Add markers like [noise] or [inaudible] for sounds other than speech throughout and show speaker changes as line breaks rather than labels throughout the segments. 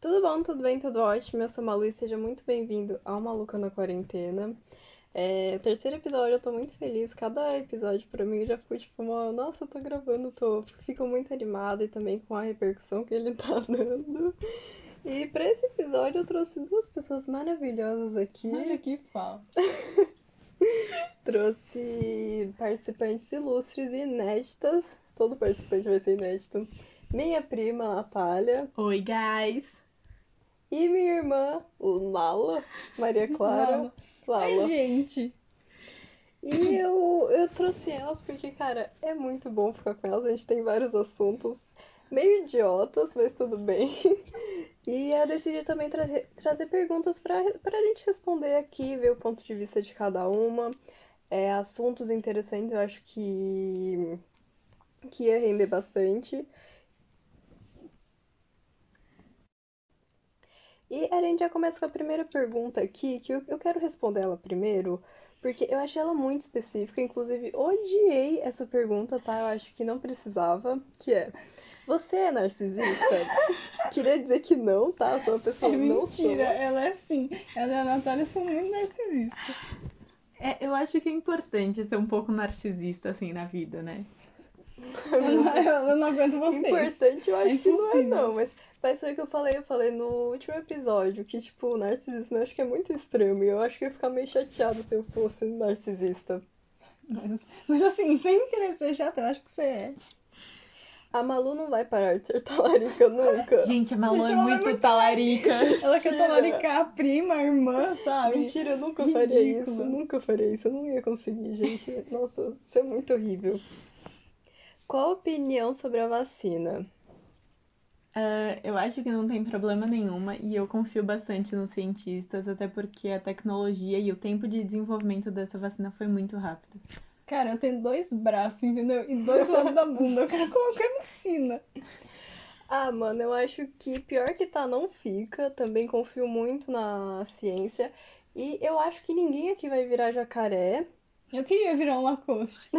Tudo bom, tudo bem, tudo ótimo. Eu sou a Malu e seja muito bem-vindo ao Maluca na Quarentena. É, terceiro episódio, eu tô muito feliz. Cada episódio pra mim eu já fico tipo, uma, nossa, eu tô gravando, tô. Fico muito animada e também com a repercussão que ele tá [laughs] dando. E pra esse episódio eu trouxe duas pessoas maravilhosas aqui.
Olha que falso.
trouxe participantes ilustres e inéditas. Todo participante vai ser inédito. Minha prima, Natália,
Oi, guys.
e minha irmã, o Lala,
[laughs]
Maria Clara. Lala.
Ai, gente.
E eu, eu trouxe elas porque, cara, é muito bom ficar com elas. A gente tem vários assuntos meio idiotas, mas tudo bem. [laughs] E eu decidi também trazer, trazer perguntas pra pra gente responder aqui, ver o ponto de vista de cada uma. É, assuntos interessantes, eu acho que, que ia render bastante. E a gente já começa com a primeira pergunta aqui, que eu, eu quero responder ela primeiro, porque eu achei ela muito específica, inclusive odiei essa pergunta, tá? Eu acho que não precisava, que é... Você é
[laughs]
narcisista? Queria dizer que não, tá? Eu sou uma
É
pessoa não sou.
mentira,
[laughs]
ela é assim. Ela e a Natália são muito narcisistas.
É, eu acho que é importante ser um pouco narcisista, assim, na vida, né?
Eu não, eu não aguento vocês.
Importante eu acho
É
que não é
impossível.
não, mas mas foi o que eu falei, eu falei no último episódio, que tipo, o narcisismo eu acho que é muito extremo, e eu acho que eu ia ficar meio chateada se eu fosse narcisista.
Mas, mas assim, sem querer ser chata, eu acho que você é.
A Malu não vai parar de ser [laughs] talarica nunca.
Gente, a
Malu
Malu
Gente, é
é
ela é muito
muito
muito
talarica. [laughs]
Ela quer
Mentira.
talaricar a prima, a irmã, sabe?
Ah, Mentira, eu nunca faria isso,
Ridícula.
nunca faria isso, eu não ia conseguir, gente. Nossa, isso é muito horrível. Qual a opinião sobre a vacina?
Ah, eu acho que não tem problema nenhuma e eu confio bastante nos cientistas, até porque a tecnologia e o tempo de desenvolvimento dessa vacina foi muito rápido.
Cara, eu tenho dois braços, entendeu? E dois lados da bunda. Eu quero colocar vacina.
Ah, mano, eu acho que pior que tá não fica. Também confio muito na ciência. E eu acho que ninguém aqui vai virar jacaré. [laughs]
Eu queria virar um Lacoste.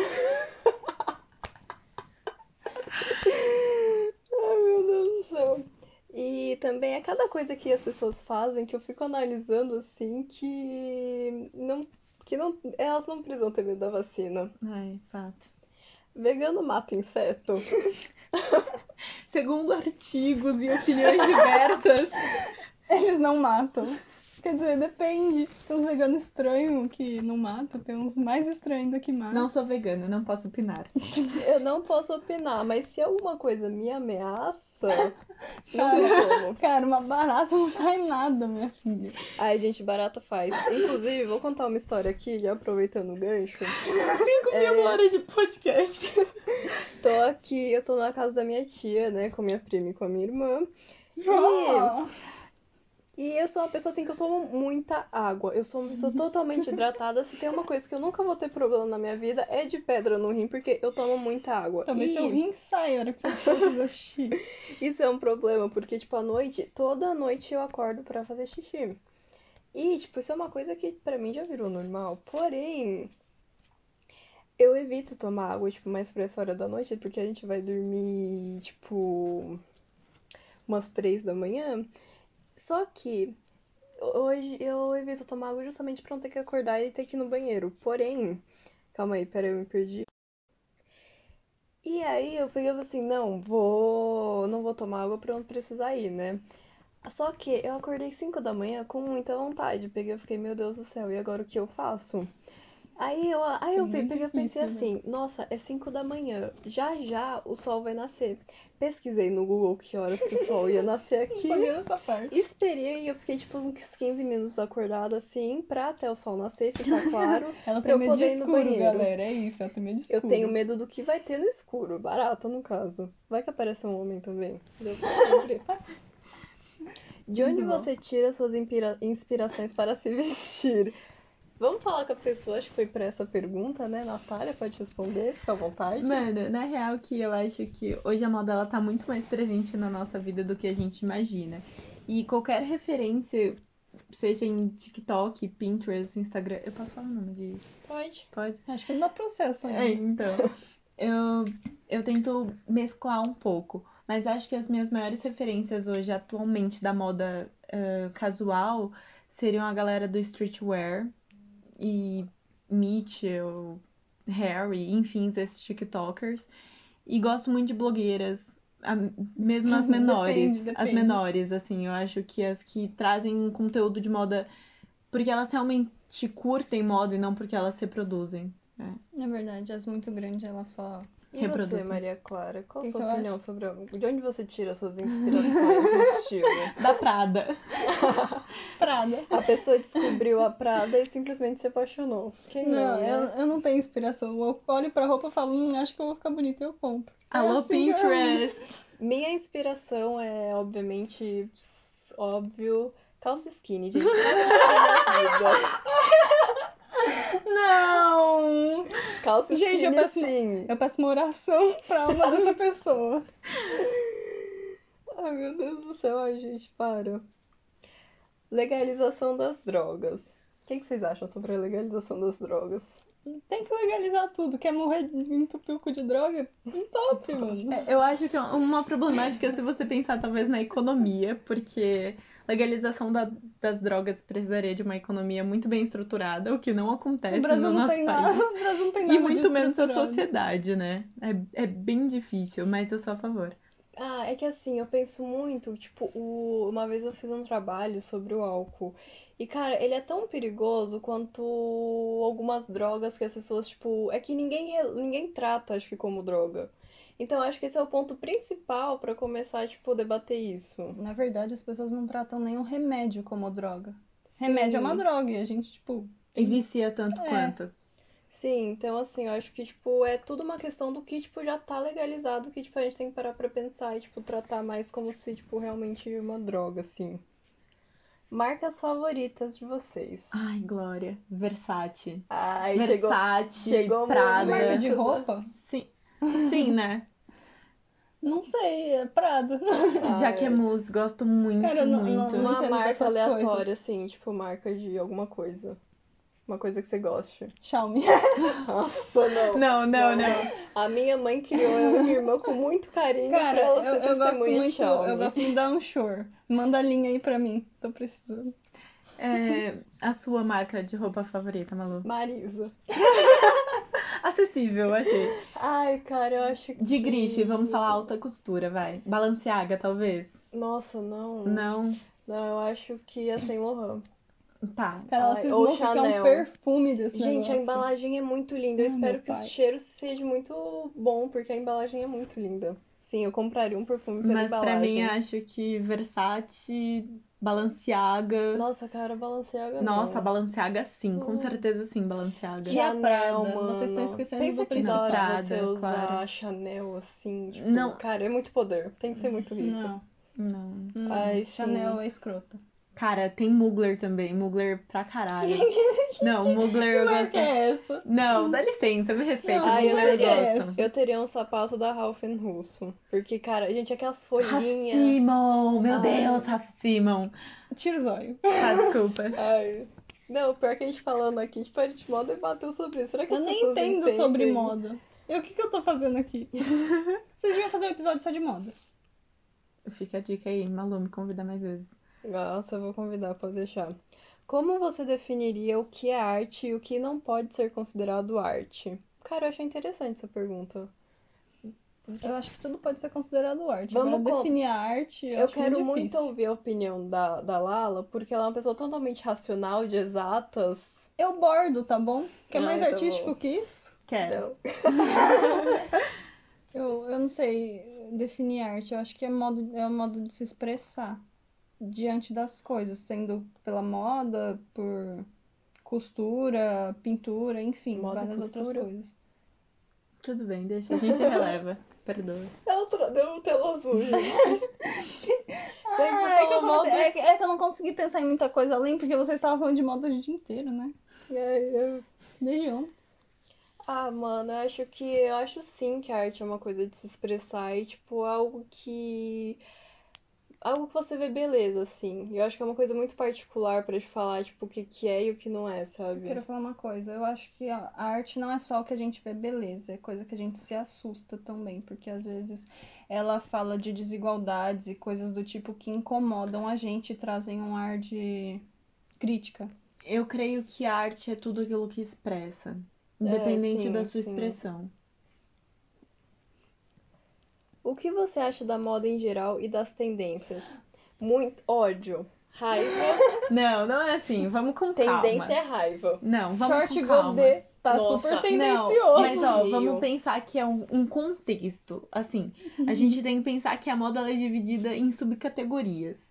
Ai, meu Deus do céu. E também é cada coisa que as pessoas fazem que eu fico analisando assim que não, que não, elas não precisam ter medo da vacina.
Ai, fato.
Vegano mata inseto? [laughs]
Segundo artigos e opiniões [laughs] diversas.
Eles não matam. Quer dizer, depende. Tem uns veganos estranhos que não matam, tem uns mais estranhos ainda que matam.
Não sou vegana, não posso opinar.
Eu não posso opinar, mas se alguma coisa me ameaça, não tem como.
Cara, uma barata não faz nada, minha
[laughs]
filha.
Ai, gente, barata faz. Inclusive, vou contar uma história aqui, já aproveitando o gancho.
Cinco mil horas de podcast.
É, Tô aqui, eu tô na casa da minha tia, né, com minha prima e com a minha irmã.
É, Ó,
E eu sou uma pessoa assim que eu tomo muita água. Eu sou uma pessoa totalmente hidratada. Se tem uma coisa que eu nunca vou ter problema na minha vida, é de pedra no rim, porque eu tomo muita água.
Talvez
E
seu rim saia a hora que você precisa xixi.
Isso é um problema, porque, tipo, à noite, toda noite eu acordo pra fazer xixi. E, tipo, isso é uma coisa que pra mim já virou normal. Porém, eu evito tomar água, tipo, mais pra essa hora da noite, porque a gente vai dormir, tipo, umas três da manhã. Só que hoje eu evito tomar água justamente pra não ter que acordar e ter que ir no banheiro. Porém, calma aí, pera, eu me perdi. E aí eu peguei e falei assim, não, vou, não vou tomar água pra eu não precisar ir, né? Só que eu acordei 5 da manhã com muita vontade, peguei e fiquei, meu Deus do céu, e agora o que eu faço? Aí eu, aí eu
É
pe-
muito
peguei e pensei
difícil,
assim, nossa, é 5 da manhã, já já o sol vai nascer. Pesquisei no Google que horas que o sol ia nascer
[laughs] Não
aqui.
sabia dessa parte.
Esperei e eu fiquei tipo uns 15 minutos acordada assim, pra até o sol nascer,
[laughs]
ficar claro.
Ela
pra
tem
eu
medo de
poder ir no
escuro,
banheiro.
galera. É isso, ela tem medo de
Eu
escuro.
tenho medo do que vai ter no escuro, barata no caso. Vai que aparece um homem também. Deu pra descobrir. De onde
Muito
Uhum.
bom.
você tira suas inspira- inspirações para se [laughs] vestir? Vamos falar com a pessoa, acho que foi pra essa pergunta, né? Natália pode responder, fica à vontade.
Mano, na real que eu acho que hoje a moda ela tá muito mais presente na nossa vida do que a gente imagina. E qualquer referência, seja em TikTok, Pinterest, Instagram, eu posso falar o nome de
Pode. né?
pode?
[laughs] Acho é que não dá processo
É,
ainda.
então. Eu, eu tento mesclar um pouco. Mas acho que as minhas maiores referências hoje, atualmente, da moda eh, casual seriam a galera do streetwear e Mitchell, Harry, enfim, esses TikTokers. E gosto muito de blogueiras, a- mesmo
[laughs]
as
Depende,
menores. As
depende.
menores, assim, eu acho que as que trazem um conteúdo de moda porque elas realmente curtem moda e não porque elas se produzem.
Na verdade, as muito grandes, ela só.
E
Reproduzem.
você, Maria Clara, qual
Que
a sua
que eu
opinião sobre a- de onde você tira suas
[laughs]
inspirações e estilo?
Da Prada.
Prada.
A pessoa descobriu a Prada e simplesmente se apaixonou. Quem não,
Não,
né?
eu, eu não tenho inspiração. Eu olho pra roupa e falo, hum, acho que eu vou ficar bonita e eu compro.
Alô,
assim que eu-
Pinterest!
Minha inspiração é, obviamente, s- óbvio, calça skinny, gente. Não é minha vida.
Não!
Calça
Gente, eu
skinny, é assim.
passei-
sim.
Eu peço uma oração pra alma dessa pessoa.
Ai, meu Deus do céu, ai, gente, para. Legalização das drogas. O que, que vocês acham sobre a legalização das drogas?
Tem que legalizar tudo. Quer morrer de entupir o cu de droga? Um top, mano.
É, Eu acho que é uma problemática se você pensar talvez na economia, porque legalização da- das drogas precisaria de uma economia muito bem estruturada, o que não acontece
O Brasil
É, no
não
nosso
tem
país.
nada. [laughs] O Brasil não tem nada.
E muito
de
menos a
estruturado.
sociedade, né? É, é bem difícil, mas eu sou a favor.
Ah, é que assim, eu penso muito, tipo, o... uma vez eu fiz um trabalho sobre o álcool. E, cara, ele é tão perigoso quanto algumas drogas que as pessoas, tipo, é que ninguém, re- ninguém trata, acho que, como droga. Então, acho que esse é o ponto principal pra começar, tipo, a debater isso.
Na verdade, as pessoas não tratam nenhum remédio como droga. Remédio é uma droga e a gente, tipo.
E vicia tanto
É.
quanto.
Sim, então assim, eu acho que, tipo, é tudo uma questão do que, tipo, já tá legalizado, que, tipo, a gente tem que parar pra pensar e, tipo, tratar mais como se, tipo, realmente uma droga, assim. Marcas favoritas de vocês.
Ai, Glória. Versace.
Ai, chegou.
Versace,
chegou uma
Prada.
Marca um de
né?
roupa?
Sim. Sim, né?
[laughs] Não sei, é Prada.
Ai,
Jaquemus, é gosto muito,
Cara, eu não- não-
muito.
uma
entendo
marca
dessas
aleatória,
coisas.
assim, tipo, marca de alguma coisa. Uma coisa que você goste.
[laughs] Xiaomi.
Nossa, não.
Não, não, não.
A minha mãe criou eu e minha irmã com muito carinho pra
Cara,
ela ser
eu, eu gosto
testemunha
muito.
Xiaomi.
Eu gosto muito da Unshore. Manda a linha aí pra mim. Tô precisando.
É a sua marca de roupa favorita, Malu?
Marisa.
Acessível, achei.
Ai, cara, eu acho que.
De grife, vamos falar alta costura, vai. Balenciaga, talvez?
Nossa, não.
Não.
Não, eu acho que é Saint Laurant.
Tá.
Cara, ela
Ai,
cismou
ou
que é um
Chanel.
perfume desse
Gente, a
negócio.
embalagem é muito linda. Eu
Ah,
espero
meu
que o
pai.
cheiro seja muito bom, porque a embalagem é muito linda. Sim, eu compraria um perfume pela
Mas pra mim,
embalagem.
acho que Versace, Balenciaga.
Nossa, cara, Balenciaga
é- Nossa,
não.
Balenciaga sim, com
Hum.
certeza sim, Balenciaga.
Que- E a Prada? Vocês estão
mano.
esquecendo
Pensa
do
que
primeiro.
da hora
Prada,
você usar
claro.
Chanel assim, tipo,
Não.
cara, é muito poder. Tem que ser muito rico.
Não.
Não.
não.
Ai, sim.
Chanel é escrota.
Cara, tem Mugler também, Mugler pra caralho.
[laughs]
Não, Mugler eu
marca
gosto.
é essa?
Não, dá licença, me respeita,
Não, é
Ah, eu
Mugler eu
teria,
gosto.
eu teria um sapato da Ralph Russo. Porque, cara, gente, aquelas
Raf
folhinhas.
Simon, meu
Ah.
Ai.
Deus, Raf Simon.
Tira o zóio.
Tá, desculpa.
[laughs]
Ai. Não, pior que a gente falando aqui, tipo, a gente mal debateu sobre isso. Será que
Eu
as
nem
pessoas
entendo
entendem?
sobre moda. E o que, que eu tô fazendo
[laughs]
aqui? Vocês deviam fazer um episódio só de moda.
Fica a dica aí, Malu, me convida mais vezes.
Nossa, eu vou convidar, pode deixar. Como você definiria o que é arte e o que não pode ser considerado arte? Cara, eu achei interessante essa pergunta.
Eu acho que tudo pode ser considerado arte.
Vamos
Agora,
com-
definir a arte, eu,
Eu
acho
quero
muito
muito
difícil.
ouvir a opinião da, da Lala, porque ela é uma pessoa totalmente racional, de exatas.
Eu bordo, tá bom? Quer
Ai,
mais
tá
artístico
bom.
que isso?
Quero.
Então,
Eu, eu não sei definir arte. Eu acho que é modo, é um modo de se expressar diante das coisas, sendo pela moda, por costura, pintura, enfim,
Moda e
várias outras
costura?
coisas.
Tudo bem, deixa, a gente releva. [laughs] Perdoa.
ela tra- deu um tela azul,
[laughs]
gente. Tem que
Ah, é, que
falar
eu
mal
comecei- é que- é que eu não consegui pensar em muita coisa além, porque vocês estavam falando de moda o dia inteiro, né?
do- Ai, eu-
Desde ontem.
Ah, mano, eu acho que eu acho sim que a arte é uma coisa de se expressar e tipo algo que algo que você vê beleza, assim. Eu acho que é uma coisa muito particular pra te falar, tipo, o que que é e o que não é,
Eu
sabe?
queria falar uma coisa. Eu acho que a a arte não é só o que a gente vê beleza, é coisa que a gente se assusta também, porque às vezes ela fala de desigualdades e coisas do tipo que incomodam a gente e trazem um ar de crítica.
Eu creio que a arte é tudo aquilo que expressa, independente
É, sim,
da sua
sim.
expressão.
O que você acha da moda em geral e das tendências? Muito ódio, raiva,
Não, não é assim. Vamos com calma.
tendência é raiva.
Não, vamos
Short
com calma.
godê tá
Nossa,
super
não,
tendencioso.
Não, mas ó,
Meu.
vamos pensar que é um, um contexto. Assim,
Uhum.
a gente tem que pensar que a moda ela é dividida em subcategorias.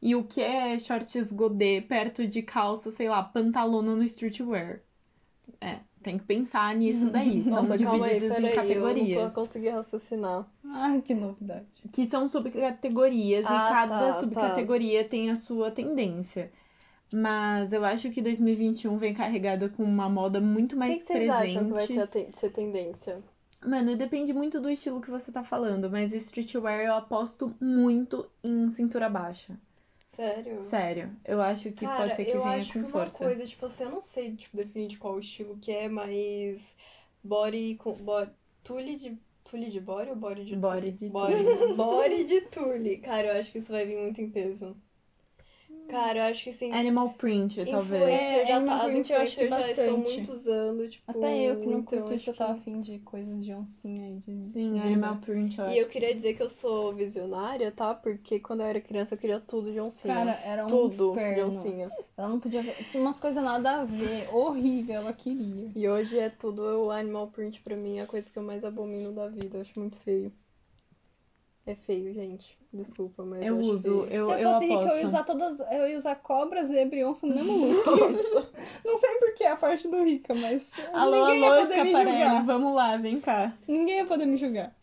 E o que é shorts godê perto de calça, sei lá, pantalona no streetwear? É, tem que pensar nisso daí. São
[laughs] Nossa, calma aí,
divididas em
peraí, eu não
categorias.
tô conseguindo raciocinar.
Ai, que novidade.
que são subcategorias
Ah,
e cada
tá, tá.
subcategoria tem a sua tendência. Mas eu acho que 2021 vem carregada com uma moda muito
O
mais
que, que vocês
presente.
acham que vai ser, a ten- ser tendência?
Mano, depende muito do estilo que você tá falando, mas streetwear eu aposto muito em cintura baixa.
Hum.
Sério?
Sério, eu acho que
Cara,
pode ser que
eu
venha
acho
com
que uma
força.
coisa, tipo assim, eu não sei tipo, definir de qual estilo que é, mas body com bo- tule de tule de body ou body de tule?
Body de
body, [laughs] body de tule. Cara, eu acho que isso vai vir muito em peso. Cara, eu acho que assim,
Animal print, É, talvez.
influencer
É,
já
Animal
tá, as
Print eu acho que
influencers já estão
bastante.
muito usando, tipo,
Até eu que não
então
curto isso, eu
acho que-
tava afim de coisas de oncinha aí. De...
Sim, animal print, eu
E eu
acho.
queria dizer que eu sou visionária, tá? Porque quando eu era criança eu queria tudo de oncinha.
Cara, era um
tudo de
inferno.
oncinha.
Ela não podia ver. Tinha umas coisas nada a ver. Horrível, ela queria.
E hoje é tudo o animal print pra mim, é a coisa que eu mais abomino da vida. Eu acho muito feio. É feio, gente. Desculpa, mas
Eu
acho
uso,
feio.
eu,
um Se eu
eu
fosse rica, eu ia
aposto.
usar todas. Eu ia usar cobra, zebra e onça no mesmo look. [laughs] não sei por que a parte do rica, mas.
Alô,
ninguém
alô,
ia poder me
Scaparelli,
julgar.
vamos lá, vem cá.
Ninguém ia poder me julgar.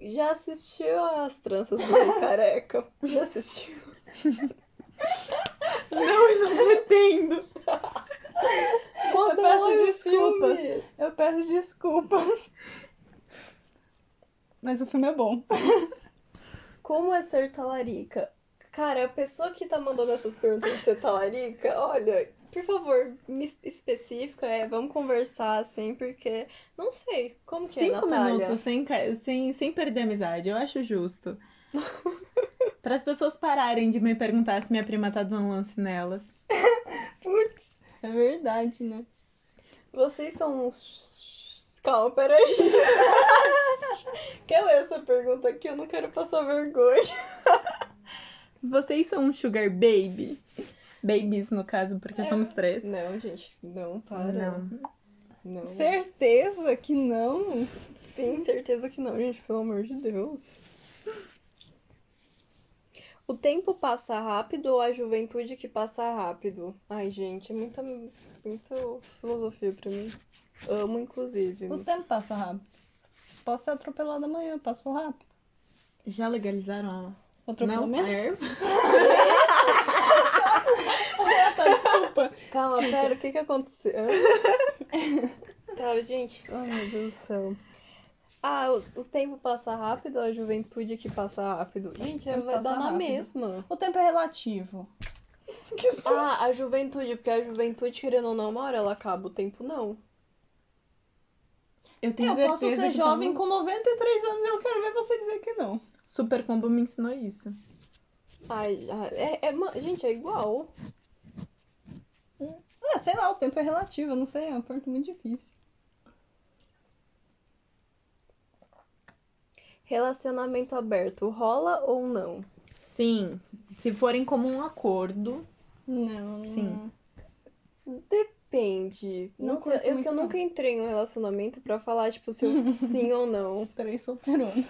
Já assistiu as tranças do careca? Já assistiu?
[laughs] Não, eu não pretendo.
Quando
peço
olho o
desculpas.
filme-
Eu peço desculpas. Mas o filme é bom.
Como é ser talarica? Cara, a pessoa que tá mandando essas perguntas de ser talarica, olha, por favor, me es- especifica, é, vamos conversar assim, porque não sei. Como que é,
Cinco
Natália?
minutos sem, ca- sem, sem perder a amizade, eu acho justo.
[laughs]
Para as pessoas pararem de me perguntar se minha prima tá dando lance nelas.
Putz, é verdade, né?
Vocês são uns. Calma, [laughs] peraí. Quer ler essa pergunta aqui? Eu não quero passar vergonha.
Vocês são um sugar baby? Babies, no caso,
É.
porque somos três.
Não, gente, não, para.
Não.
Não.
Certeza que não.
Sim, certeza que não, gente, pelo amor de Deus. O tempo passa rápido ou a juventude que passa rápido? Ai, gente, é muita, muita filosofia pra mim. Amo, inclusive.
O tempo passa rápido. Posso ser atropelado amanhã, passou rápido.
Já legalizaram a... Não, É. a
Atropelamento?
erva?
Tá, desculpa.
Calma, pera, o que que aconteceu? tá, gente. Ai, meu Deus do céu. Ah, o, o tempo passa rápido, a juventude que passa rápido. Gente,
tempo
vai
passa
dar na
rápido.
mesma.
O tempo é relativo.
Ah, a juventude, porque a juventude, querendo ou não, uma hora ela acaba, o tempo não.
Eu tenho
É, eu
certeza
posso ser
que tá
jovem
todo mundo-
com 93 anos e eu quero ver você dizer que não.
Super Combo me ensinou isso.
Ai, ai, é, é ma- gente, é igual.
Ah, sei lá, o tempo é relativo, eu não sei, é um ponto muito difícil.
Relacionamento aberto, rola ou não?
Sim, se forem como um acordo,
Não,
Sim.
Depende.
Não
Nunca,
curto
eu
muito,
que eu
não.
nunca entrei em um relacionamento pra falar, tipo, se
[laughs]
eu sim ou não.
é.
Três solteironas.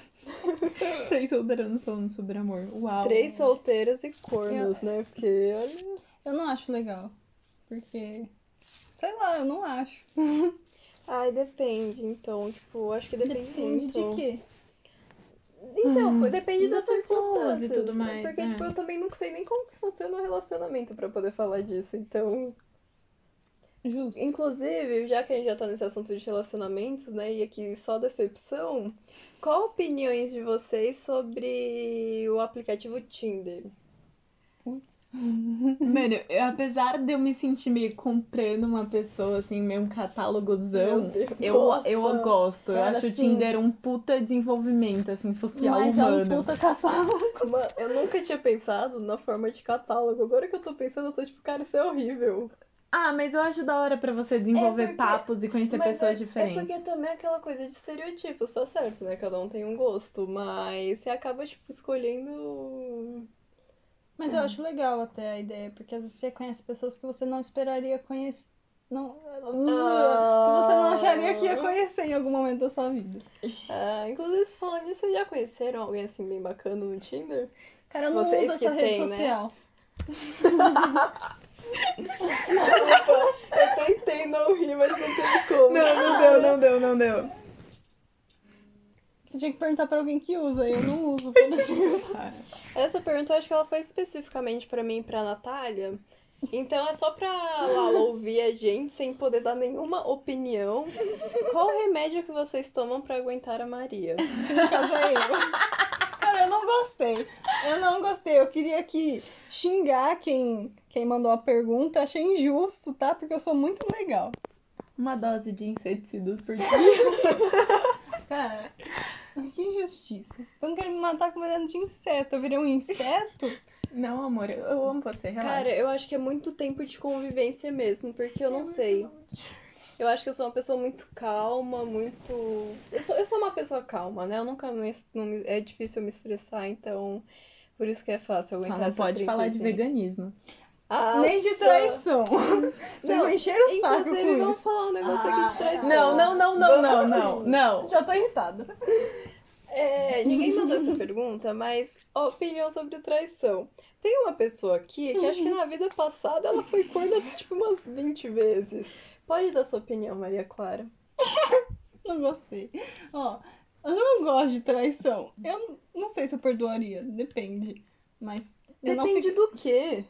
três solteiros falando sobre amor. Uau.
Três solteiras e cornos, né? Porque olha.
Eu não acho legal. Porque. Sei lá, eu não [laughs] acho.
Ai, depende, então, tipo, acho que depende, muito.
de quê?
Então, foi- depende
Das
das,
pessoas e
circunstâncias.
tudo
né?
mais,
Porque,
é.
tipo, eu também não sei nem como que funciona o relacionamento pra poder falar disso, então.
Justo.
Inclusive, já que a gente já tá nesse assunto de relacionamentos, né, e aqui só decepção, qual opiniões de vocês sobre o aplicativo Tinder?
Mano, eu- apesar de eu me sentir meio comprando uma pessoa, assim, meio um
Meu
catálogozão,
Deus,
eu,
nossa.
eu gosto. Eu
Cara,
acho o
assim-
Tinder um puta desenvolvimento, assim, social
Mas é um
humano.
puta catálogo.
Mano, eu nunca tinha pensado na forma de catálogo. Agora que eu tô pensando, eu tô tipo, cara, isso é horrível.
Ah, mas eu acho da hora pra você desenvolver
É porque-
papos e conhecer
Mas
pessoas
é, É
diferentes.
porque também é aquela coisa de estereotipos, tá certo, né? Cada um tem um gosto, mas você acaba, tipo, escolhendo.
Mas eu acho legal até a ideia, porque às vezes você conhece pessoas que você não esperaria conhecer. Não, que você não acharia que ia conhecer em algum momento da sua vida.
Ah, inclusive, se falando nisso, vocês já conheceram alguém assim bem bacana no Tinder?
Cara, eu não
Vocês
uso
que
essa rede
têm, né?
social.
[laughs] Eu tentei não rir, mas não teve como.
Não, não deu, não deu, não deu.
Você tinha que perguntar pra alguém que usa, eu não [laughs] uso pra não perguntar.
Essa pergunta eu acho que ela foi especificamente pra mim e pra Natália. Então é só pra Lala ouvir a gente sem poder dar nenhuma opinião. Qual remédio que vocês tomam pra aguentar a
[laughs]
Maria?
No caso é eu. Cara, eu não gostei. Eu não gostei. Eu queria que xingar quem, quem mandou a pergunta. Achei injusto, tá? Porque eu sou muito legal.
Uma dose de inseticidas por dia.
Cara, que injustiça. Vocês estão querendo me matar com veneno de inseto. Eu virei um inseto?
Não, amor, eu, eu amo você, relaxa.
Cara, eu acho que é muito tempo de convivência mesmo, porque eu não sei. Eu acho que eu sou uma pessoa muito calma, muito. Eu sou, eu sou uma pessoa calma, né? Eu nunca me, não me- É difícil eu me estressar, então. Por isso que é fácil
Só
aguentar
não
essa
pode falar de
princesinha.
veganismo.
Ah,
Nem de
tá.
[laughs]
traição. Vocês
Não,
não encheram o saco
Inclusive,
com
vamos
isso.
falar um negócio aqui de traição.
Não, não, não, não, não, não, não.
Já tô irritada.
É, ninguém mandou [laughs] essa pergunta, mas opinião sobre traição. Tem uma pessoa aqui que acho que na vida passada ela foi corna tipo umas 20 vezes. Pode dar sua opinião, Maria Clara.
Não gostei. Ó, eu não gosto de traição. Eu n- não sei se eu perdoaria. Depende. Mas eu não
Depende
fico...
do quê?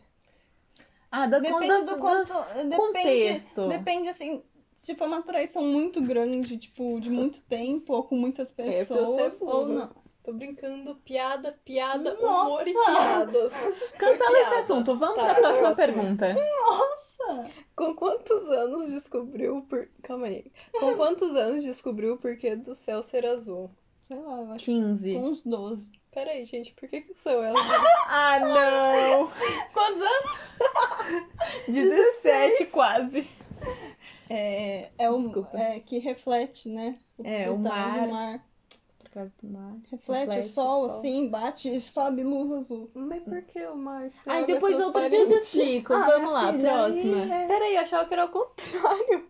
Ah, da
Depende do quanto. Depende,
contexto.
depende assim. Se for uma traição muito grande, tipo, de muito tempo, ou com muitas
É, porque você é
pessoas, ou
burra.
não.
Tô brincando, piada, piada,
Nossa!
humor e piadas.
Cancela esse
piada.
assunto, vamos
Tá,
pra próxima
próxima.
pergunta.
Nossa!
Com quantos anos descobriu por... Calma aí. [laughs] Com quantos anos descobriu o porquê do céu ser azul?
Sei lá, eu acho
15.
que com uns 12.
Peraí, gente, por que que o céu é azul?
Ah, não!
Quantos anos?
17 quase.
É, é, um,
Desculpa.
é que reflete, né?
É, o
Tá,
mar.
O mar.
Por causa do mar.
Reflete, o sol, assim, bate e sobe luz azul.
Mas por que o mar? se
Aí
abre
depois outro dia eu te
transparente?
explico.
Ah,
vamos
minha
lá,
filha,
próxima.
aí, né?
Peraí, eu achava que era o contrário.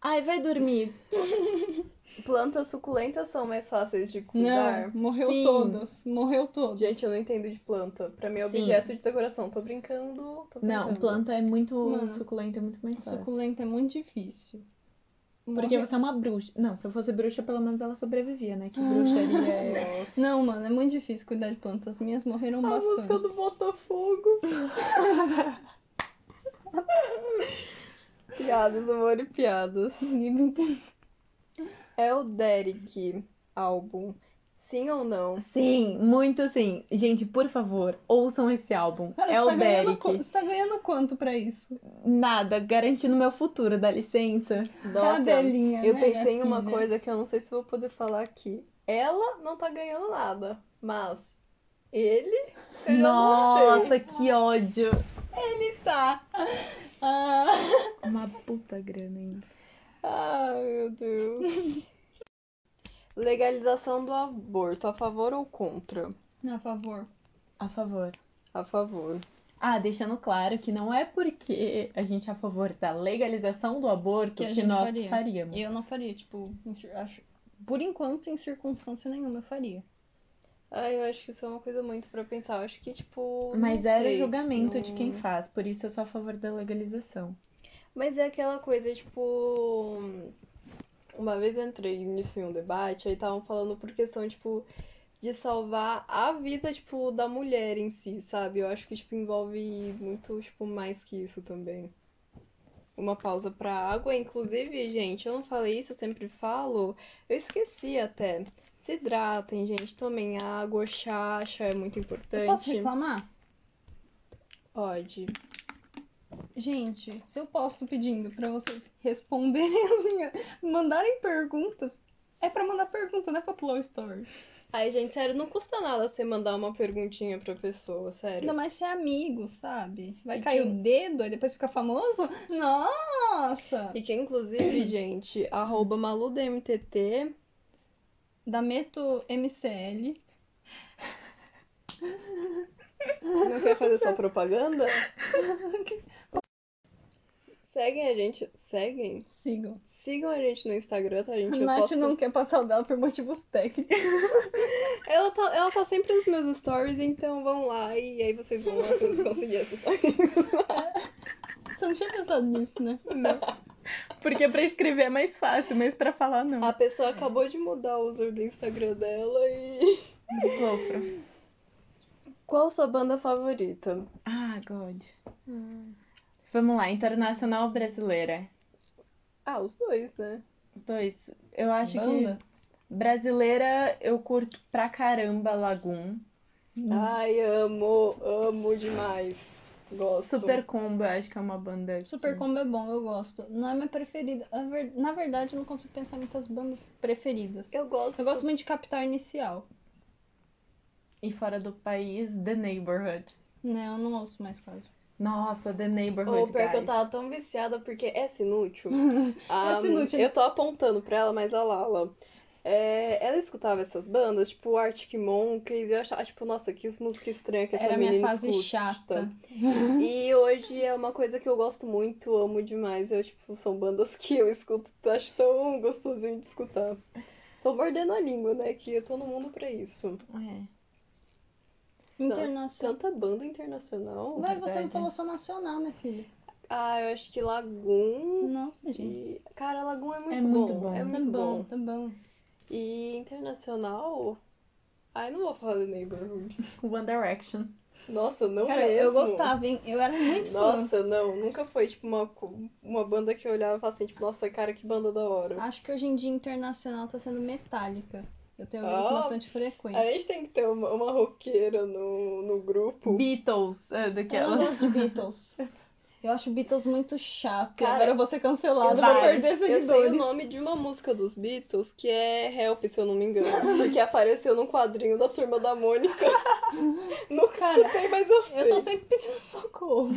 Ai, vai dormir.
[laughs] Plantas suculentas são mais fáceis de
Não,
cuidar?
morreu
Sim.
todas. Morreu todas.
Gente, eu não entendo de planta. Pra mim é
Sim.
objeto de decoração. Tô brincando. Tô
Não,
brincando.
planta é muito
Mano,
suculenta, é muito mais fácil.
Suculenta é muito difícil.
Porque
Morre-
você é uma bruxa. Não, se eu fosse bruxa, pelo menos ela sobrevivia, né? Que bruxaria [laughs] é.
Nossa.
Não, mano, é muito difícil cuidar de plantas. Minhas morreram
A
bastante.
música do Botafogo. piadas, amor e piadas.
Ninguém me entende.
É o Derek álbum. Sim ou não?
Sim, muito sim. Gente, por favor, ouçam esse álbum.
Cara,
é
você
o
tá ganhando
Derek.
qu- Você tá ganhando quanto pra isso?
Nada, garantindo meu futuro, dá licença.
Nossa,
Cadelinha,
eu
né,
pensei em
minha
uma
filha?
coisa que eu não sei se vou poder falar aqui. Ela não tá ganhando nada, mas ele. Eu já não sei.
Nossa, que ódio.
Ele tá. Ah,
Uma puta grana ainda.
Ai, meu Deus. [laughs] Legalização do aborto, a favor ou contra?
a favor.
A favor.
A favor.
Ah, deixando claro que não é porque a gente é a favor da legalização do aborto
Que
que,
a gente
nós
faria.
faríamos.
Eu não faria, tipo, em cir- acho- por enquanto, em circunstância nenhuma, eu faria.
Ai, eu acho que isso é uma coisa muito pra pensar. Eu acho que, tipo.
Mas
não
era o
sei,
julgamento de
não-
quem faz, por isso eu sou a favor da legalização.
Mas é aquela coisa, tipo. Uma vez eu entrei nisso em um debate, aí estavam falando por questão, tipo, de salvar a vida, tipo, da mulher em si, sabe? Eu acho que, tipo, envolve muito, tipo, mais que isso também. uma pausa para água. Inclusive, gente, eu não falei isso, eu sempre falo, eu esqueci até. Se hidratem, gente, tomem água, chá, chá é muito importante.
Eu posso reclamar?
Pode.
Gente, se eu posto pedindo pra vocês responderem [laughs] as minhas. mandarem perguntas, é pra mandar pergunta, não é pra pular o story.
Ai, gente, sério, não custa nada você mandar uma perguntinha pra pessoa, sério.
Ainda mais se é amigo, sabe? Vai
E
cair
quem-
o dedo e depois fica famoso? Nossa!
E que,
[clears throat]
inclusive, gente, arroba maludmtt,
Da Meto MCL.
não quer fazer sua
[laughs]
propaganda? Seguem a gente, seguem.
Sigam.
Sigam a gente no Instagram, tá, gente?
A
Eu
Nath
posto...
não quer passar o dela por motivos técnicos.
Ela tá, ela tá sempre nos meus stories, então vão lá e aí vocês vão lá, vocês vão conseguir acessar.
Você não tinha pensado nisso, né?
Não. Porque pra escrever é mais fácil, mas pra falar não.
Ah,
A pessoa acabou de mudar o user do Instagram dela e. [laughs]
Sofro.
Qual sua banda favorita?
Ah, God.
Hum.
Vamos lá, internacional ou brasileira?
Ah, os dois, né?
Os dois. Eu acho
Banda?
que. Brasileira, eu curto pra caramba Lagoon.
Hum.
Ai, amo, amo demais. Gosto.
Super Combo, eu acho que é uma banda. que-
Super Combo é bom, eu gosto. Não é minha preferida. A ver- Na verdade, eu não consigo pensar em muitas bandas preferidas.
Eu gosto.
Eu gosto muito de Capital Inicial.
E fora do país, The Neighborhood.
Não, né? eu não ouço mais quase.
Nossa, The
Ou
Neighborhood,
pior que eu
guys.
tava tão viciada porque essa
[laughs]
inútil. ah,
Essa inútil.
Eu tô apontando pra ela, mas a Lala. é, ela escutava essas bandas, tipo Arctic Monkeys, e eu achava, tipo, nossa, que música estranha que essa
Era a minha
menina
fase
escuta.
chata.
E hoje é uma coisa que eu gosto muito, amo demais. Eu, tipo, são bandas [laughs] que eu escuto, acho tão gostosinho de escutar. Tô mordendo a língua, né? Que eu tô no mundo pra isso.
É.
Então,
Internacional.
Tanta banda internacional.
Vai, você não
verdade.
falou só nacional, minha filha.
Ah, eu acho que
Hum.
Lagoon.
Nossa, gente.
E... Cara, Lagoon é muito
muito
bom.
bom.
É
Tá
muito
bom,
bom. Então
tá bom.
E internacional. Ai, não vou falar de Neighborhood.
One Direction.
Nossa, não
Cara,
é mesmo.
eu gostava, hein? Eu era muito fã.
Nossa, não, nunca foi tipo uma, co- uma banda que eu olhava e falava assim, tipo, nossa, cara, que banda da hora.
Acho que hoje em dia internacional tá sendo metálica. Eu tenho ouvido
Ah,
com bastante frequência.
A gente tem que ter uma, uma roqueira no, no grupo.
Beatles, é,
Eu não
daquela.
[laughs]
gosto de Beatles. Eu acho Beatles muito chato.
Cara,
Agora eu vou ser cancelada,
vai.
vou perder
Eu sei o
seguidores.
nome de uma música dos Beatles que é Help, se eu não me [laughs] engano, porque apareceu num quadrinho da Turma da [laughs] Mônica. Nunca
Cara,
escutei, mas eu sei.
Eu tô sempre pedindo socorro.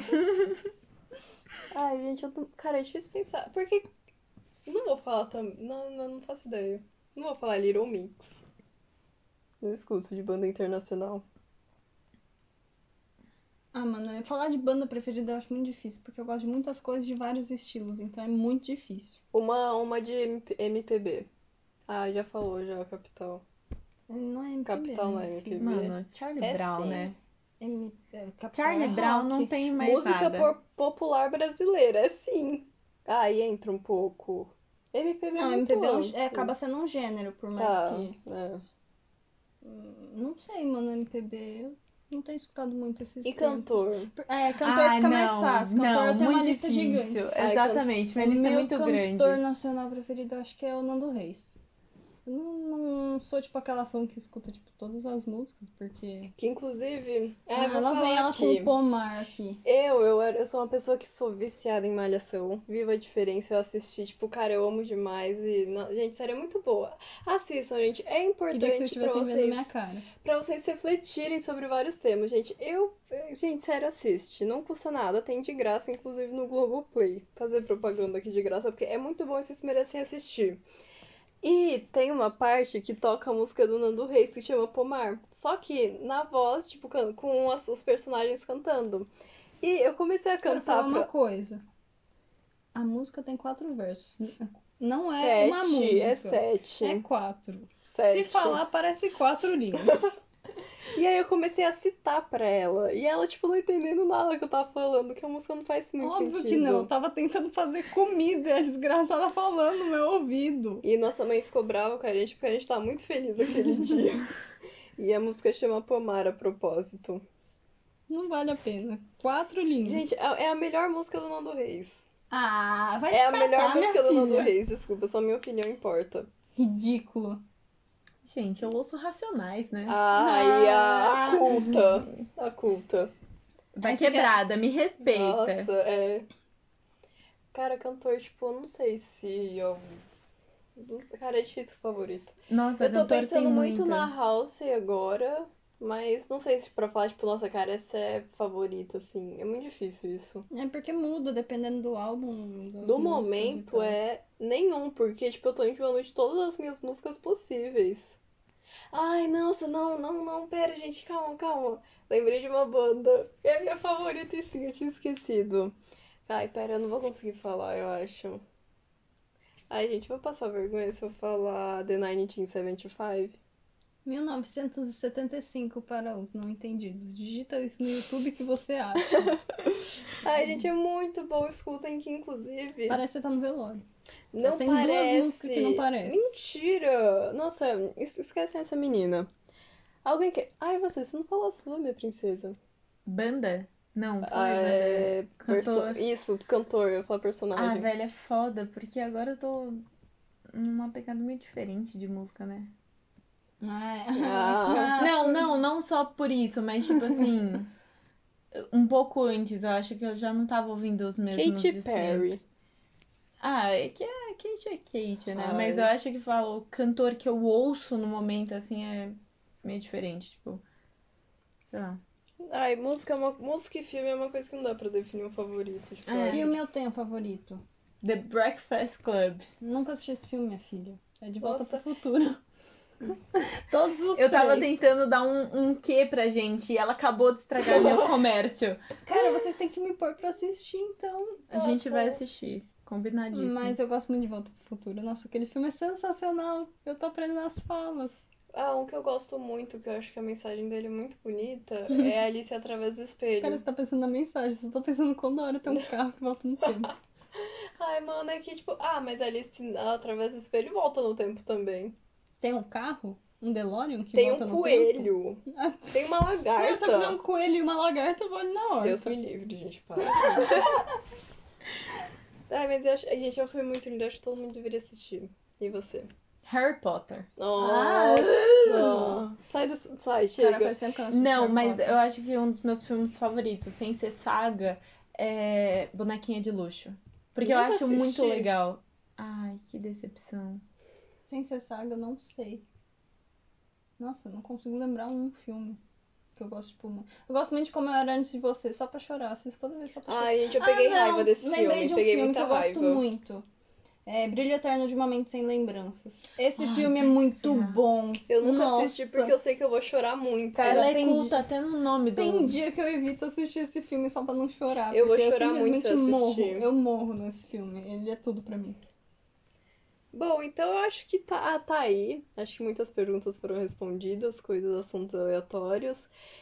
Ai, gente, eu tô... Cara, é difícil pensar. Porque. Não vou falar também. Não, não, não faço ideia. Não vou falar Little Mix. Não escuto de banda internacional.
Ah, mano, eu ia falar de banda preferida eu acho muito difícil, porque eu gosto de muitas coisas de vários estilos, então é muito difícil.
Uma, uma de MP MPB. Ah, já falou, já, Capital.
Não é MPB.
Capital não
né?
é MPB.
Mano, Charlie
É
Brown,
sim.
né?
M- é, Capital
Charlie
assim. é
Brown
rock.
não tem mais
Música
nada.
po- popular brasileira, é sim. Aí entra um pouco. MPB é
Não,
muito
MPB é um-
amplo.
é, acaba sendo um gênero, por mais
Tá,
que.
é.
Hum, Não sei, mano, MPB. Eu não tenho escutado muito esses
E
tempos.
cantor?
É, cantor
Ah,
fica mais
não,
fácil. Cantor
não,
eu tenho uma
muito
lista
difícil.
gigante.
Ai,
Exatamente, minha
o
lista é
meu
muito
cantor
grande.
nacional preferido eu acho que é o Nando Reis. Eu não, não sou tipo aquela fã que escuta tipo todas as músicas, porque.
Que inclusive. Ah,
Ah,
vou
ela
falar
vem ela
aqui.
com o pomar aqui.
Eu, eu, era- eu sou uma pessoa que sou viciada em Malhação. Viva a diferença, eu assisti, tipo, cara, eu amo demais. E, não- gente, sério, é muito boa. Assistam, gente. É
Queria que vocês
importante pra
estivessem vendo
vocês,
minha cara.
pra vocês refletirem sobre vários temas, gente. Eu, gente, sério, assiste. Não custa nada, tem de graça, inclusive no Globoplay. Fazer propaganda aqui de graça, porque é muito bom e vocês merecem assistir. E tem uma parte que toca a música do Nando Reis que chama Pomar. Só que na voz, tipo, can- com as- os personagens cantando. E eu comecei a
Quero
cantar
falar
pra-
uma coisa. A música tem quatro versos. Não é uma
Sete,
música.
é sete.
É quatro. Se
Sete.
falar, parece quatro
[laughs]
linhas.
E aí eu comecei a citar pra ela. E ela, tipo, não entendendo nada que eu tava falando, que a música não faz muito
Óbvio
sentido.
que não, eu tava tentando fazer comida e a desgraçada falando no meu ouvido.
E nossa mãe ficou brava com a gente porque a gente tá muito feliz
[laughs]
aquele dia. E a música chama Pomar a propósito.
Não vale a pena. Quatro linhas.
Gente, é é a melhor música do Nando Reis.
Ah, vai te
É a
catar,
melhor
minha
música do Nando
filha.
Reis, desculpa, só minha opinião importa.
Ridículo.
Gente, eu ouço Racionais, né?
Ah.
Ai, a, a culta. A culta.
Vai
Essa que-
quebrada, me respeita.
Nossa, é. Cara, cantor, tipo, eu não sei se eu. não sei, Cara, é difícil o favorito.
Nossa,
eu tô
cantor
pensando
tem
muito
muito
na House agora, mas não sei se pra falar, tipo, nossa, cara, essa é favorita, assim. É muito difícil isso.
É porque muda, dependendo do álbum. das
Do
músicas e
momento
tal.
é nenhum, porque, tipo, eu tô enjoando de todas as minhas músicas possíveis. Ai, nossa, não, não, não, pera, gente, calma, calma. Lembrei de uma banda. É a minha favorita e sim, eu tinha esquecido. Ai, pera, eu não vou conseguir falar, eu acho. Ai, gente, eu vou passar vergonha se eu falar The 1975.
1975 para os não entendidos. Digita isso no YouTube que você acha.
Ai, gente, é muito bom, escutem que, inclusive,
Parece que você tá no velório. Só
não
tem
parece.
duas músicas que não parece.
Mentira! Nossa, es- esquecem essa menina. Alguém que. Ai, você, você não falou a sua, minha princesa.
Banda? Não, foi
Ah,
banda.
é, perso-
Cantor.
Isso, cantor, eu falo
Ah,
personagem.
velho, é foda, porque agora eu tô numa pegada meio diferente de música, né?
Ah, é.
Ah.
Não, não, não só por isso, mas tipo assim. Um pouco antes, eu acho que eu já não tava ouvindo os mesmos.
Katy
de sempre.
Perry.
Ah, é que é Kate é Kate, né?
Ai.
Mas eu acho que falo, o cantor que eu ouço no momento, assim, é meio diferente, tipo. Sei lá.
Ai, música, é uma... música e filme é uma coisa que não dá pra definir um favorito. Tipo,
É.
ai,
[laughs] E o meu tema favorito?
The Breakfast Club.
Nunca assisti esse filme, minha filha. É de volta
Nossa.
pro futuro. Todos os
Eu tava
três.
tentando dar um, um quê pra gente e ela acabou de estragar
[laughs]
meu comércio.
Cara, vocês têm que me pôr pra assistir, então.
A gente vai
Nossa.
assistir, combinadíssimo.
Mas eu gosto muito de Volta pro Futuro. Nossa, aquele filme é sensacional. Eu tô aprendendo as falas.
Ah, um que eu gosto muito, que eu acho que a mensagem dele é muito bonita,
[laughs]
é Alice através do espelho.
Cara, você tá pensando na mensagem. Só tô pensando quando hora tem um carro que volta no tempo.
Ai, mano, é que tipo, ah, mas Alice através do espelho volta no tempo também.
Tem um carro? Um DeLorean que
Tem
volta
um
no tempo?
coelho.
Ah.
Tem uma
Não, se eu fizer
lagarta.
um coelho e uma lagarta, eu vou ali na hora.
Deus me livre, gente,
[laughs]
para. Ai, mas eu acho. ai, Gente, eu fui muito linda, acho que todo mundo deveria assistir. E você?
Harry Potter.
Nossa! sai, do... sai,
Ah, Cara,
chega.
faz tempo que eu não assisto
Não,
Harry
mas
Potter.
eu acho que um dos meus filmes favoritos, sem ser saga, é Bonequinha de Luxo. Porque eu
Nunca
acho muito
assisti.
legal. Ai, que decepção.
Sem ser saga, eu não sei. Nossa, eu não consigo lembrar um filme que eu gosto, tipo... mu- Eu gosto muito de Como Eu Era Antes de Você, só pra chorar. Assisto toda vez só pra chorar.
Ai, gente, eu peguei
ah, não,
raiva desse filme.
lembrei de um
peguei
filme
muita
que eu
raiva.
gosto muito. É Brilho Eterno de uma Mente Sem Lembranças. Esse
Ai,
filme é
vai se
muito
ferrar.
bom.
Eu nunca
Nossa.
assisti porque eu sei que eu vou chorar muito.
Cara,
Ela é
Tá, tem
culta até no nome do.
Tem dia que eu evito assistir esse filme só pra não chorar.
Eu vou
porque
chorar muito se
simplesmente
eu
morro.
assistir.
Eu morro nesse filme. Ele é tudo pra mim.
Bom, então eu acho que tá, ah, tá aí. Acho que muitas perguntas foram respondidas, coisas, assuntos aleatórios.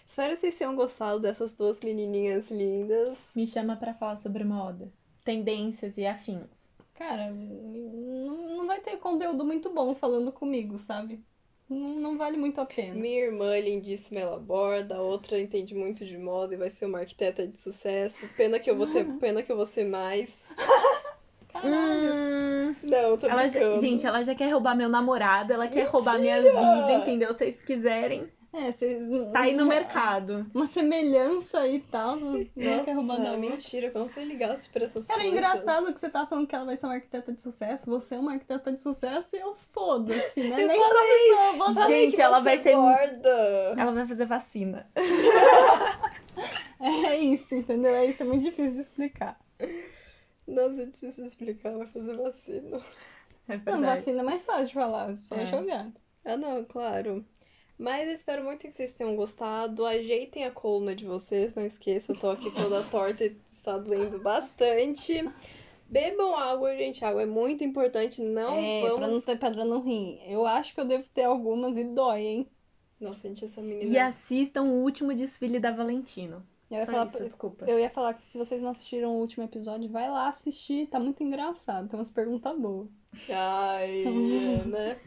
Espero que vocês tenham gostado dessas duas menininhas lindas.
Me chama pra falar sobre moda, tendências e afins.
Cara, não, não vai ter conteúdo muito bom falando comigo, sabe? Não, não vale muito a pena.
Minha irmã lindíssima, ela borda, a outra entende muito de moda e vai ser uma arquiteta de sucesso. Pena que eu vou
[laughs]
ter, pena que eu vou ser mais.
Caralho.
Hum,
Não, tô
ela já-
brincando.
gente, ela já quer roubar meu namorado, ela quer roubar minha vida, entendeu? Se vocês quiserem,
É, cê,
tá aí no mercado.
Uma semelhança e
[laughs]
tal. Não
Nossa,
quer roubar da outra.
mentira, como se eu ligasse pra essas
Cara, é
coisas.
engraçado que você tá falando que ela vai ser uma arquiteta de sucesso, você é uma arquiteta de sucesso e eu foda-se, [laughs] né?
Eu
Nem
falei,
profissão, vou dar-
Falei
Gente,
que
ela
você
vai ser-
borda.
Ela vai fazer vacina. [laughs]
É isso, entendeu? É isso, é muito difícil de explicar.
Nossa, eu preciso explicar, vai fazer vacina.
É
Não,
verdade.
vacina é mais fácil de falar, é só
É.
jogar.
Ah, não, claro. Mas eu espero muito que vocês tenham gostado. Ajeitem a coluna de vocês, não esqueça, eu tô aqui
[laughs]
toda torta e está doendo bastante. Bebam água, gente. Água é muito importante. Não
é, pra não
Então vamos.
ter pedra no rim. Eu acho que eu devo ter algumas e dói, hein?
Nossa, gente, essa
E
menina.
assistam o último desfile da Valentino.
Eu ia,
Só
falar
isso, é
pra-
desculpa.
eu ia falar que se vocês não assistiram o último episódio, vai lá assistir, tá muito engraçado, tem umas perguntas boas.
Ai, né?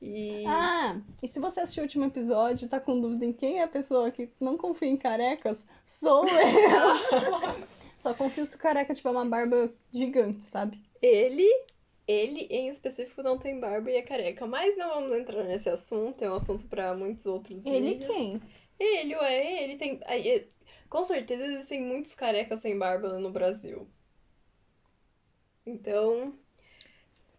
E.
[laughs] Ah, e se você assistiu o último episódio e
[laughs]
tá com dúvida em quem é a pessoa que não confia em carecas, sou eu. Só confio se o careca tiver uma barba gigante, sabe?
Ele, ele em específico não tem barba e é careca, mas não vamos entrar nesse assunto, é um assunto pra muitos outros
Ele
vídeos.
quem?
Ele, ué, ele tem. aí, é- Com certeza existem muitos carecas sem barba no Brasil. Então.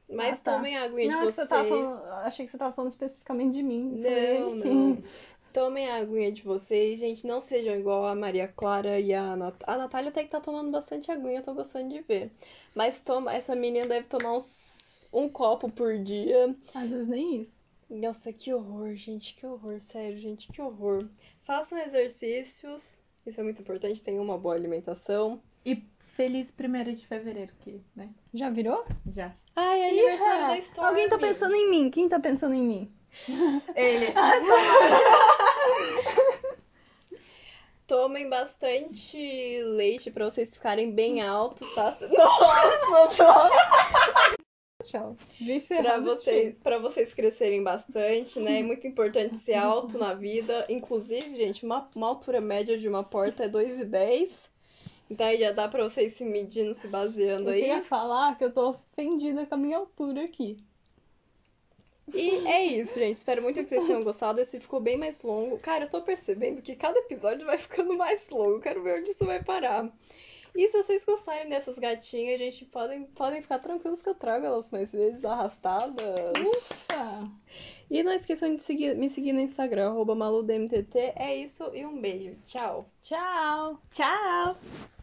Mas
Ah, tá.
tomem a aguinha
não,
de
é que você tava
vocês.
falando, achei que você tava falando especificamente de mim. Falei,
Não,
ele
não.
[laughs] quem?
Tomem a aguinha de vocês, gente. Não sejam igual a Maria Clara e a Nat... A Natália até que tá tomando bastante aguinha, eu tô gostando de ver. Mas toma... essa menina deve tomar uns... um copo por dia.
Às vezes nem isso.
Nossa, que horror, gente, que horror, sério, gente, que horror. Façam exercícios, isso é muito importante, tenham uma boa alimentação.
E feliz 1 de fevereiro, que, né?
Já virou?
Já.
Ai, É aniversário da
Ih,
Storm.
Alguém tá pensando em mim? Quem tá pensando em mim?
Ele. Tomem bastante leite pra vocês ficarem bem altos, tá? Nossa, nossa.
Tchau. Vencerá
Pra vocês, pra vocês crescerem bastante, né? É muito importante ser alto na vida. Inclusive, gente, uma, uma altura média de uma porta é 2,10. Então aí já dá pra vocês se medindo, se baseando tá
Eu
aí.
queria falar que eu tô ofendida com a minha altura aqui.
E é isso, gente. Espero muito que vocês tenham gostado. Esse ficou bem mais longo. Cara, eu tô percebendo que cada episódio vai ficando mais longo. Quero ver onde isso vai parar. E se vocês gostarem dessas gatinhas, gente, podem, podem ficar tranquilos que eu trago elas mais vezes arrastadas.
Ah,
E não esqueçam de seguir- me seguir no Instagram, arroba maludmtt. É isso e um beijo. Tchau.
tchau!
[laughs] Tchau!